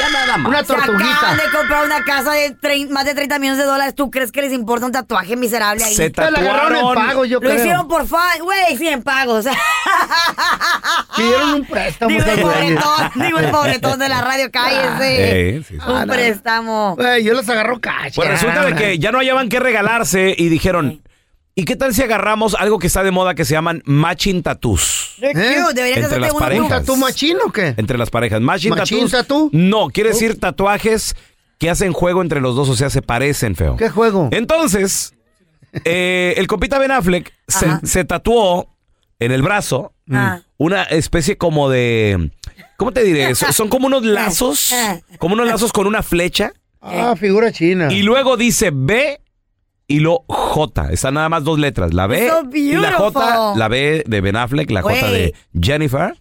Ya nada más.
Una
Se
tortuguita.
acaban de comprar una casa de trein- más de 30 millones de dólares. ¿Tú crees que les importa un tatuaje miserable ahí?
Se
Se la agarraron en pago,
tatuaron.
yo
Lo
creo.
hicieron por fan, güey, sí, en pagos.
¡Ah!
Pidieron un préstamo.
digo el
esos güeyes.
pobretón, digo el pobretón de la radio, cállese.
Eh, sí, sí.
Un préstamo.
Güey, yo los agarro cash.
Pues resulta de que ya no hallaban qué regalarse y dijeron, ¿y qué tal si agarramos algo que está de moda que se llaman matching tattoos?
They're
¿Eh?
cute, deberías
Entre
hacerte
las
uno
parejas.
tú.
¿Punta tú machín o qué?
Entre las parejas. Matching,
¿Machín tatú?
tattoos. No, quiere decir tatuajes que hacen juego entre los dos, o sea, se parecen, feo.
¿Qué juego?
Entonces, eh, el compita Ben Affleck se,
Ajá.
se tatuó en el brazo
Ah.
una especie como de. ¿Cómo te diré? So- Son como unos lazos, como unos lazos con una flecha.
Ah, figura china.
Y luego dice B y lo J. Están nada más dos letras. La B
So
y la J.
beautiful.
La B de Ben Affleck, la J
Güey.
de Jennifer.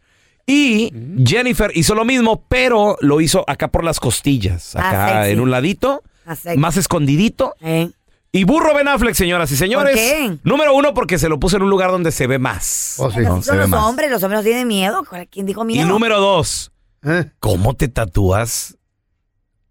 Y Jennifer hizo lo mismo, pero lo hizo acá por las costillas.
Ah,
Acá
sexy.
en un ladito,
Ah, sexy.
más escondidito.
Eh,
Y burro Ben Affleck, señoras y señores.
¿Por qué?
Número uno, porque se lo puso en un lugar donde se ve más.
Oh,
No, se
Son
ve
los
más.
hombres, los hombres no tienen miedo. ¿Quién dijo
Y
miedo?
número dos,
¿Eh?
¿cómo te tatúas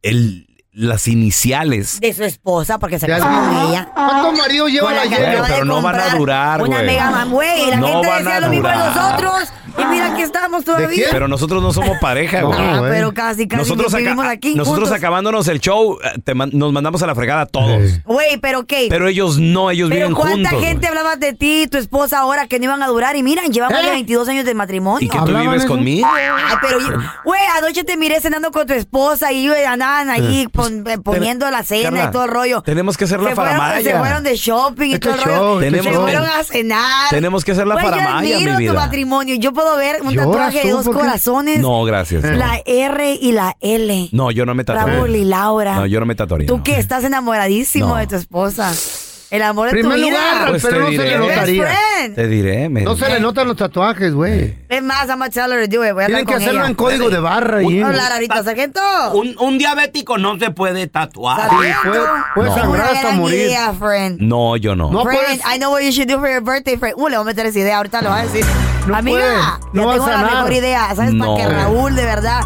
el, las iniciales?
De su esposa, porque se
Ya
casó
vi.
con ella.
¿Cuántos maridos lleva
la Güey,
acaba
pero
de
no van a
comprar
durar,
Una
güey.
mega man, güey. La
No
gente
van a
decía lo mismo de
durar.
nosotros. Y mira, aquí estamos todavía.
Pero nosotros no somos pareja, güey.
Ah, pero casi, casi
nosotros
que
aca-
vivimos aquí
nosotros
juntos.
acabándonos el show, eh, te man- nos mandamos a la fregada a todos.
Güey, pero qué.
Pero ellos no, ellos
Pero
viven
cuánta
juntos. güey.
gente hablaba de ti y tu esposa ahora que no iban a durar. Y miran, llevamos ya 22 años de matrimonio.
¿Y que tú ¿Hablaban vives eso? conmigo?
Ay, Ah, pero, yo- güey, anoche te miré cenando con tu esposa y güey, andaban allí
Eh, pues,
pon- eh, poniendo la cena
Carla,
y todo el rollo.
Tenemos que hacer la
se, fueron, se
faramaya.
fueron de shopping y
Este
todo el
show,
rollo.
este
se
show.
fueron a cenar.
Tenemos que hacer la
Güey,
faramaya,
yo admiro
mi vida.
tu matrimonio. Yo puedo ver un
¿Lloras
tatuaje de
tú?
dos
¿Por qué?
corazones.
No, gracias. no.
La R y la L.
No, yo no me tatué.
Raúl y Laura.
No, yo no me tatuaría.
Tú que estás enamoradísimo de tu esposa. El amor de
Primer
tu vida.
lugar,
Pues
pero
te
no se le
diré.
notaría.
Best friend.
Te diré, me-
No se le notan los tatuajes, güey.
Es más, I'm gonna tell her to do it. Voy
Tienen
a hablar
que
con
hacerlo
ella.
en código de barra.
Voy
ahí.
a hablar ahorita, sargento.
Un, un diabético no se puede tatuar.
Sí, puede-
puede
Una
sangrar hasta
gran
morir.
idea, friend.
No, yo no.
friend, I know what you should do for your birthday, friend. Uh, le voy a meter esa idea, ahorita lo vas a decir. Amiga,
puede, no
ya
va a
tengo la
sanar.
mejor idea. ¿Sabes?
No.
Para que Raúl de verdad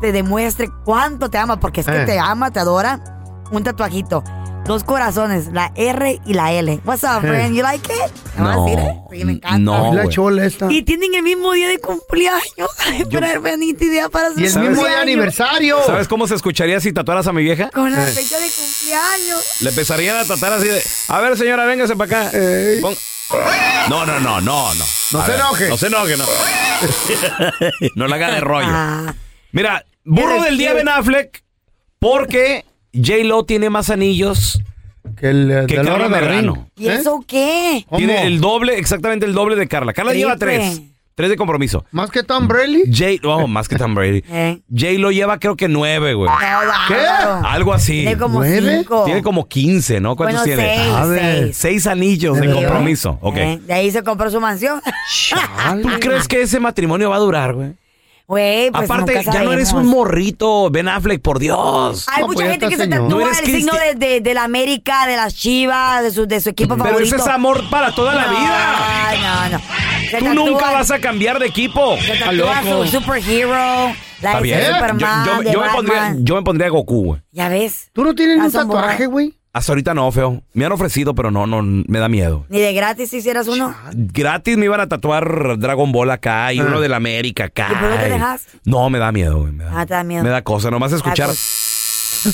te demuestre cuánto te ama, porque es que
Eh.
te ama, te adora. Un tatuajito. Dos corazones, la R y la L. What's up,
Eh.
friend? You like it? ¿Me vas a
No,
decir, eh? Sí, me encanta.
no,
La
güey.
chola esta.
Y tienen el mismo día de cumpleaños. Ay, para ver, bonita idea para su
Y el
¿Sabes?
mismo día de aniversario.
¿Sabes cómo se escucharía si tatuaras a mi vieja?
Con la
Eh.
fecha de cumpleaños.
Le empezarían a tratar así de. A ver, señora, véngase para acá. Pon- No, no, no, no, no.
No
A
se enoje.
No se enoje, no. no la haga de
Ah.
rollo. Mira, burro
Ah. Eres
del día
cute.
Ben Affleck, porque J-Lo tiene más anillos
Que el eh,
que
de ¿Eh? Laura
Carla
Berrín.
Medrano.
¿Y eso qué?
Tiene el doble, exactamente el doble de Carla. Carla lleva
Triple.
tres. Tres de compromiso.
¿Más que Tom Brady?
J, oh, más que Tom Brady.
¿Eh?
J-Lo lleva creo que nueve, güey.
Ah.
¿Qué?
Algo así.
Tiene como
¿Nueve?
cinco.
Tiene como quince, ¿no? ¿Cuántos
Bueno,
tiene?
seis,
A ver,
seis.
anillos de compromiso. Ok.
Eh, De ahí se compró su mansión.
¿Tú crees que ese matrimonio va a durar, güey?
Güey, pues
Aparte,
nunca
ya no eres un
sabemos.
morrito, Ben Affleck, por Dios.
Hay mucha gente que se tatúa
No eres
el signo
cristi-
de, de, de la América, de las Chivas, de su, de su equipo
Pero
favorito.
ese es amor para toda la
No,
vida.
No, no. Se
Tú
tatúa-
nunca vas a cambiar de equipo.
Se
Está
tatúa
loco.
su superhero, la
Está
de
bien.
Superman,
Yo, yo-
de
yo me pondría,
Batman.
yo me pondría Goku, güey.
¿Ya ves?
¿Tú no tienes
ni
un tatuaje, güey?
Hasta ahorita no, feo. Me han ofrecido, pero no, no, me da miedo.
Ni de gratis hicieras uno.
Gratis me iban a tatuar Dragon Ball acá y
Ah.
uno de la América acá.
¿Y por qué te
y-
dejaste?
No, me da miedo, güey. Me da,
Ah, te da miedo.
me da cosa. Nomás
Ah,
escuchar.
pues,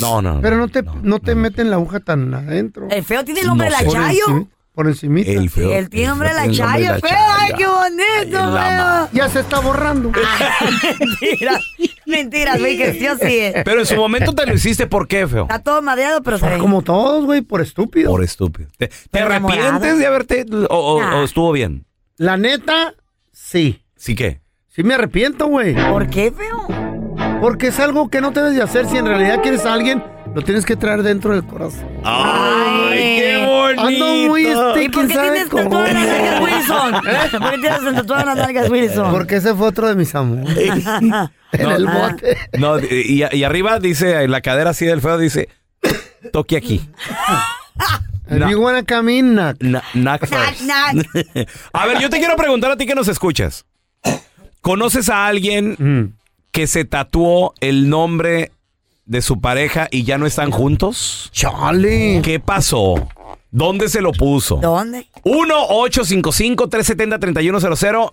No, no.
Pero no te, no, te meten la aguja tan adentro.
El feo tiene el hombre de la Chayo.
Por encima. El
feo.
El tiene hombre de la
El nombre de
Chayo,
la
feo. Ay, qué
Ay,
bonito,
la
feo.
Ya se está borrando.
Ah, Mentiras, mentiras, güey, que yo sí. eh.
Pero en su momento te lo hiciste, ¿por qué, feo?
Está todo madreado, pero se ve.
Como todos, güey, por estúpido.
Por estúpido. ¿Te, te
enamorado.
arrepientes de haberte o, o-
Nah.
o estuvo bien?
La neta, sí.
¿Sí qué?
Sí me arrepiento, güey.
¿Por qué, feo?
Porque es algo que no debes de hacer. Si en realidad quieres a alguien, lo tienes que traer dentro del corazón.
Ay, qué bonito.
Ando muy este,
¿Y por
quién
qué
sabe
tienes
cómo.
tatuadas las nalgas Wilson?
¿Eh?
¿Por qué tienes tatuadas las nalgas Wilson?
Porque ese fue otro de mis amores. en
No,
el
ah.
bote.
No, y, y arriba dice, en la cadera así del feo dice, toque aquí.
If you wanna come in, knock.
Na- knock first. A ver, yo te quiero preguntar a ti que nos escuchas. ¿Conoces a alguien que se tatuó el nombre de su pareja y ya no están juntos?
Chale.
¿Qué pasó? ¿Dónde se lo puso?
¿Dónde?
1-855-370-3100.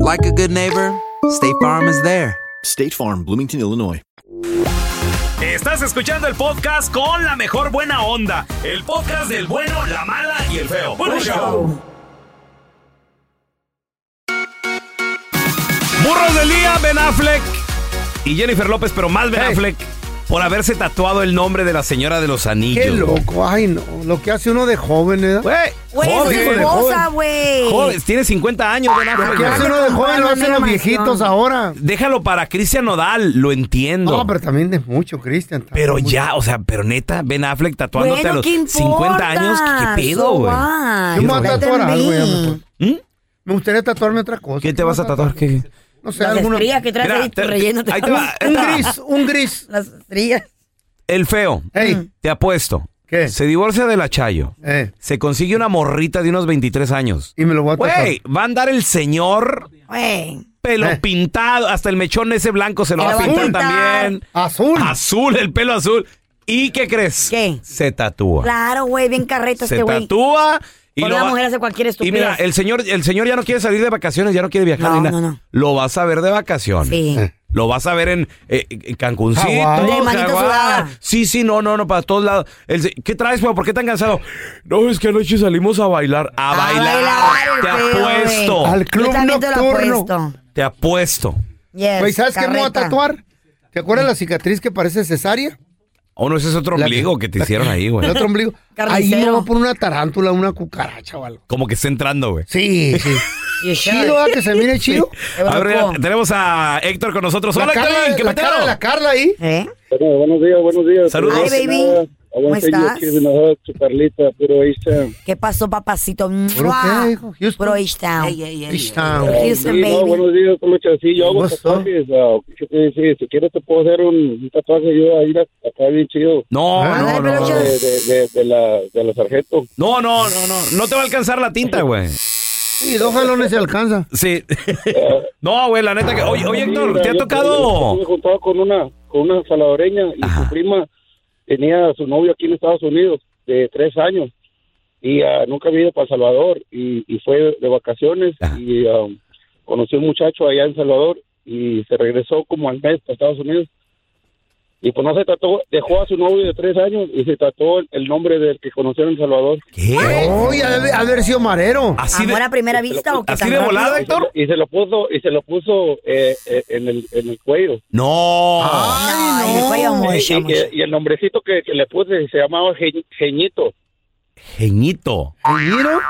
like a good neighbor, State Farm is there.
State Farm, Bloomington, Illinois.
Estás escuchando el podcast con la mejor buena onda. El podcast del bueno, la mala y el feo. Bueno, show.
Burros del día, Ben Affleck y Jennifer López, pero más Ben Affleck por haberse tatuado el nombre de la señora de los anillos.
Qué
güey.
loco, ay no, lo que hace uno de joven, ¿eh?
Güey, esa es su
Joven,
esposa,
joven.
güey.
Joven, tiene 50 años, Ben Affleck.
Lo que hace uno de joven lo hacen los viejitos ahora.
Déjalo para Cristian Nodal, lo entiendo.
No, pero también es mucho, Cristian.
Pero ya, o sea, pero neta, Ben Affleck tatuándote
Bueno,
a los
¿qué importa?
50 años, ¿qué, qué pedo,
So
güey?
what? Yo me voy a
Qué
tatuar
rollo.
algo, ya, me voy. Me gustaría tatuarme otra cosa.
¿Qué ¿Mm? te vas a tatuar? ¿Qué?
No sé,
Las
alguna.
estrías que traes
Mira,
ahí, tu
te-
relleno.
ahí te va,
Un gris, un gris.
Las estrías.
El feo.
Eh.
Te apuesto. Se divorcia de la Chayo. Se consigue una morrita de unos 23 años.
Y me lo voy a tatuar.
Güey, va a andar el señor
Güey.
pelo pintado. Hasta el mechón ese blanco se lo
Te
va a
lo va a
pintar
pintar.
también.
Azul.
Azul, el pelo azul. ¿Y qué crees?
¿Qué?
Se tatúa.
Claro, güey, bien carreta
se
este güey.
tatúa. Y,
Con
lo
una
va-
mujer hace cualquier
y
estupidez.
mira, el señor, el señor ya no quiere salir de vacaciones, ya no quiere viajar
No,
ni nada.
no, no.
Lo vas a ver de vacaciones. Lo vas a ver en, eh, en Cancuncito.
Hawái. De manita
Hawái.
sudada.
Sí, sí, no, no, no, para todos lados. El se- ¿Qué traes, güey? ¿Por qué tan cansado? No, es que anoche salimos a bailar. A, bailar. Te apuesto.
Al club
Yo también te lo
nocturno.
apuesto.
Te apuesto.
Yes,
Güey, ¿sabes qué me voy a
carreta.
tatuar? ¿Te
Mm.
acuerdas la cicatriz que parece cesárea?
O Oh, no, ese es otro
La-
ombligo que te hicieron ahí, güey.
El otro ombligo. Ahí me voy a poner una tarántula, una cucaracha o algo.
Como que está entrando, güey.
Sí, sí. Chido, ¿ah? Que se mire chido.
A ver, tenemos a Héctor con nosotros.
La
Hola,
cara,
Héctor. ¿Qué
la
peteo?
cara de la Carla ahí.
Bueno, buenos días, buenos días.
Saludos.
Primero
Hi,
que
baby.
nada, I wanna
¿Eh? ¿Cómo
say you're
estás?
kissing the hug to Carlita, puro Isa.
¿Qué pasó, papacito?
qué,
Mua. Puro H-Town. Houston,
Sí, no,
baby.
buenos días, Colucha. Sí, yo hago
What's up?
tatuajes. ah, ¿qué te dice? si quieres te puedo hacer un, un tatuaje yo ahí la- acá bien chido.
No, Ah, no, dale, no, Peluche. no.
De, de, de, de la, de la sargento.
No, no, no, no. No te va a alcanzar la tinta, güey.
Sí, dos jalones se alcanza.
Sí. no, güey, la neta que. Oye, oye, Héctor, ¿te ha tocado?
Me juntado con una, con una saladoreña y su prima tenía a su novio aquí en Estados Unidos de tres años y ah, nunca había ido para El Salvador y, y fue de vacaciones y ah, conoció un muchacho allá en El Salvador y se regresó como al mes para Estados Unidos y pues no se trató, dejó a su novio de tres años y se trató el nombre del que conoció en El Salvador.
¿Qué?
Oye, ha de haber- ha de haber sido marero.
¿Amor a primera vista o qué tan rápido?
Héctor? Y se lo puso, y se lo puso eh, eh, en, el, en el cuello. Eh,
No.
Ah. Ay, el cuello
Y,
mocho,
y-
mocho.
y el nombrecito que, que le puse se llamaba Gen- Geñito.
Geñito.
¿Geñito?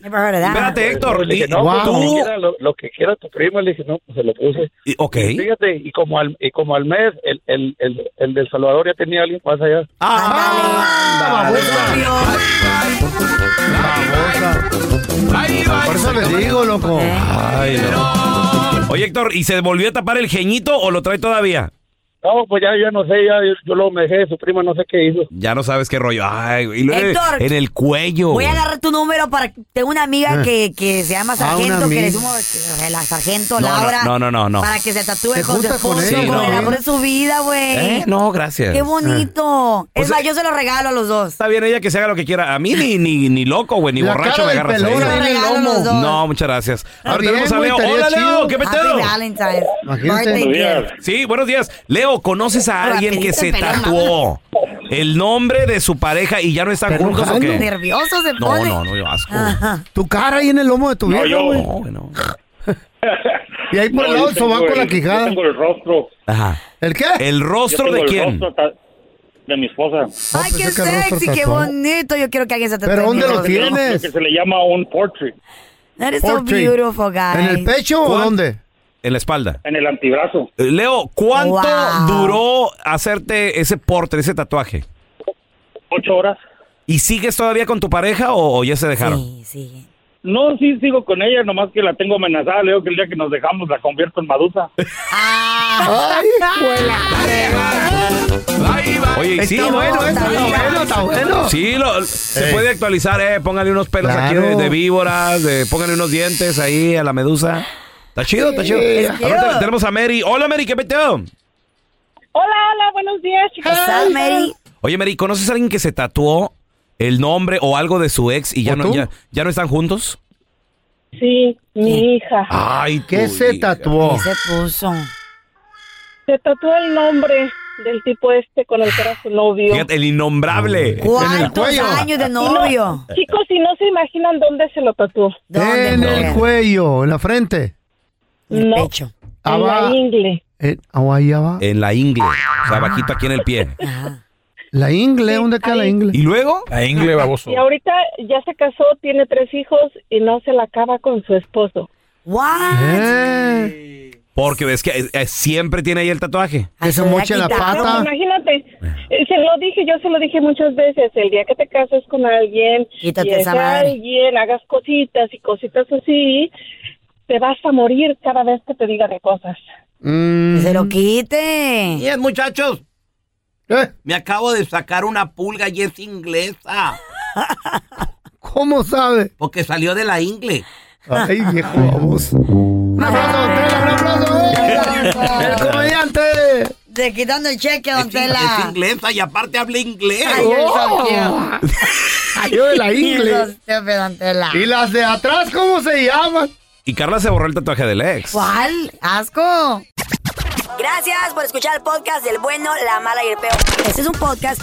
Never heard of that.
Espérate, Héctor.
Le dije,
y-
no, pues,
tú-
lo, que quiera, lo- lo que quiera tu prima, le dije, no, pues se lo puse.
ok.
Fíjate, y como al, y como al mes, el, el, el, el del Salvador ya tenía a alguien más allá.
Por eso les digo, loco.
¿Eh?
Ay, no. Oye, Héctor, ¿y se volvió a tapar el geñito o lo trae todavía?
No, pues ya, ya no sé, ya yo, yo lo me dejé, su prima no sé qué hizo.
Ya no sabes qué rollo. Ay, güey. y luego
Héctor,
en el cuello.
Voy a
güey.
agarrar tu número para. Tengo una amiga
Eh.
que, que se llama
Ah, una
Sargento, que
amiga.
le decimos eh, la Sargento
No, no,
Laura.
no, no, no, no.
Para que se tatúe
¿Te
con su
juntas con
esposo,
ella?
con
Sí,
el
no.
amor de su vida, güey.
¿Eh? No, gracias.
Qué bonito.
Eh.
Es
O sea-
más, yo se lo regalo a los dos.
Está bien ella que se haga lo que quiera. A mí ni, ni, ni loco, güey, ni
La
borracho
cara
me
del
agarras
pelón
ahí.
ahí en el Regalo lomo. los dos.
No, muchas gracias. Ahora
bien,
tenemos a
güey,
Leo.
estaría
Hola, Leo,
chido. Ah,
¿qué
Happy
peteo?
Valentine's. Birthday girl.
Sí, buenos días. Leo, ¿conoces a alguien que
Rapidito,
se
pelón,
tatuó el nombre de su pareja y ya no están juntos o qué?
Nervioso se
No,
pone.
no, no, yo asco.
Tu cara ahí en el lomo de tu
No,
vieja,
yo-
güey. Y ahí por el lado
yo
el
tengo
sobaco, la
el-
quijada.
Yo tengo el rostro.
Ajá.
¿El qué?
¿El rostro
Yo tengo
de
el
quién?
rostro ta- de mi esposa.
pues
Ay,
pues,
qué sexy, qué bonito. Yo quiero que alguien se tatúe. mi rostro.
Que se le llama un portrait.
That is so
Portrait.
beautiful, guys.
¿Cuán- En la espalda.
En el antebrazo.
Eh, Leo, ¿cuánto
Wow.
duró hacerte ese porte, ese tatuaje?
Ocho horas.
¿Y sigues todavía con tu pareja o, o ya se dejaron?
No, sí, sigo con ella, nomás que la tengo amenazada. Le digo que el día que nos dejamos la convierto en madusa.
¡Ay,
Oye, y sí,
Está bueno, está bueno, está bueno.
Sí, lo- se puede actualizar, eh. Póngale unos pelos aquí de, de víboras, de- póngale unos dientes ahí a la medusa. Está chido, está chido.
Sí.
Ahora te- tenemos a Mary. Hola, Mary, ¿qué peteo?
Hola, hola, buenos días, chicos.
tal, Mary?
Oye, Mary, ¿conoces a alguien que se tatuó el nombre o algo de su ex y ya no, ya, ya no están juntos?
Sí, mi hija.
Ay,
¿Qué
tu
se
hija.
tatuó?
se puso?
Se tatuó el nombre del tipo este con el que era su novio.
Fíjate, el innombrable.
¿Cuántos años de novio?
No, chicos, si no se imaginan dónde se lo tatuó.
En el cuello, en la frente.
No. En la
Aba-
ingle.
eh, ah, ahí abajo.
En la ingle. O sea, bajito aquí en el pie.
La ingle, ¿dónde queda la ingle?
¿Y luego? La ingle, baboso.
Y ahorita ya se casó, tiene tres hijos y no se la acaba con su esposo.
Eh.
Porque ves que eh, eh, siempre tiene ahí el tatuaje.
No, imagínate, eh, se lo dije, yo se lo dije muchas veces, el día que te cases con alguien,
Quítate
y
esa
ese
madre.
alguien, hagas cositas y cositas así, te vas a morir cada vez que te diga de cosas.
Que
se lo quite.
Y es, muchachos.
¿Eh?
Me acabo de sacar una pulga y es inglesa.
¿Cómo sabe?
Porque salió de la ingle.
Ay, viejo baboso. Ah. Un aplauso, don Tela, un aplauso. ¡eh! ¡El comediante!
De quitando el cheque, don
Es
Tela.
inglesa y aparte habla inglés.
Ay,
Oh,
yo sabía.
Salió de la ingle.
Dios, Pepe, don Tela.
¿Y las de atrás cómo se llaman?
Y Carla se borró el tatuaje del ex.
¿Cuál? ¡Asco! Gracias por escuchar el podcast del bueno, la mala y el peor. Este es un podcast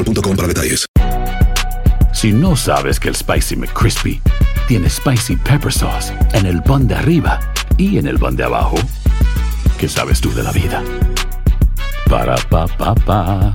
para detalles.
Si no sabes que el Spicy McCrispy tiene Spicy Pepper Sauce en el pan de arriba y en el pan de abajo, ¿qué sabes tú de la vida? Para, pa, pa, pa.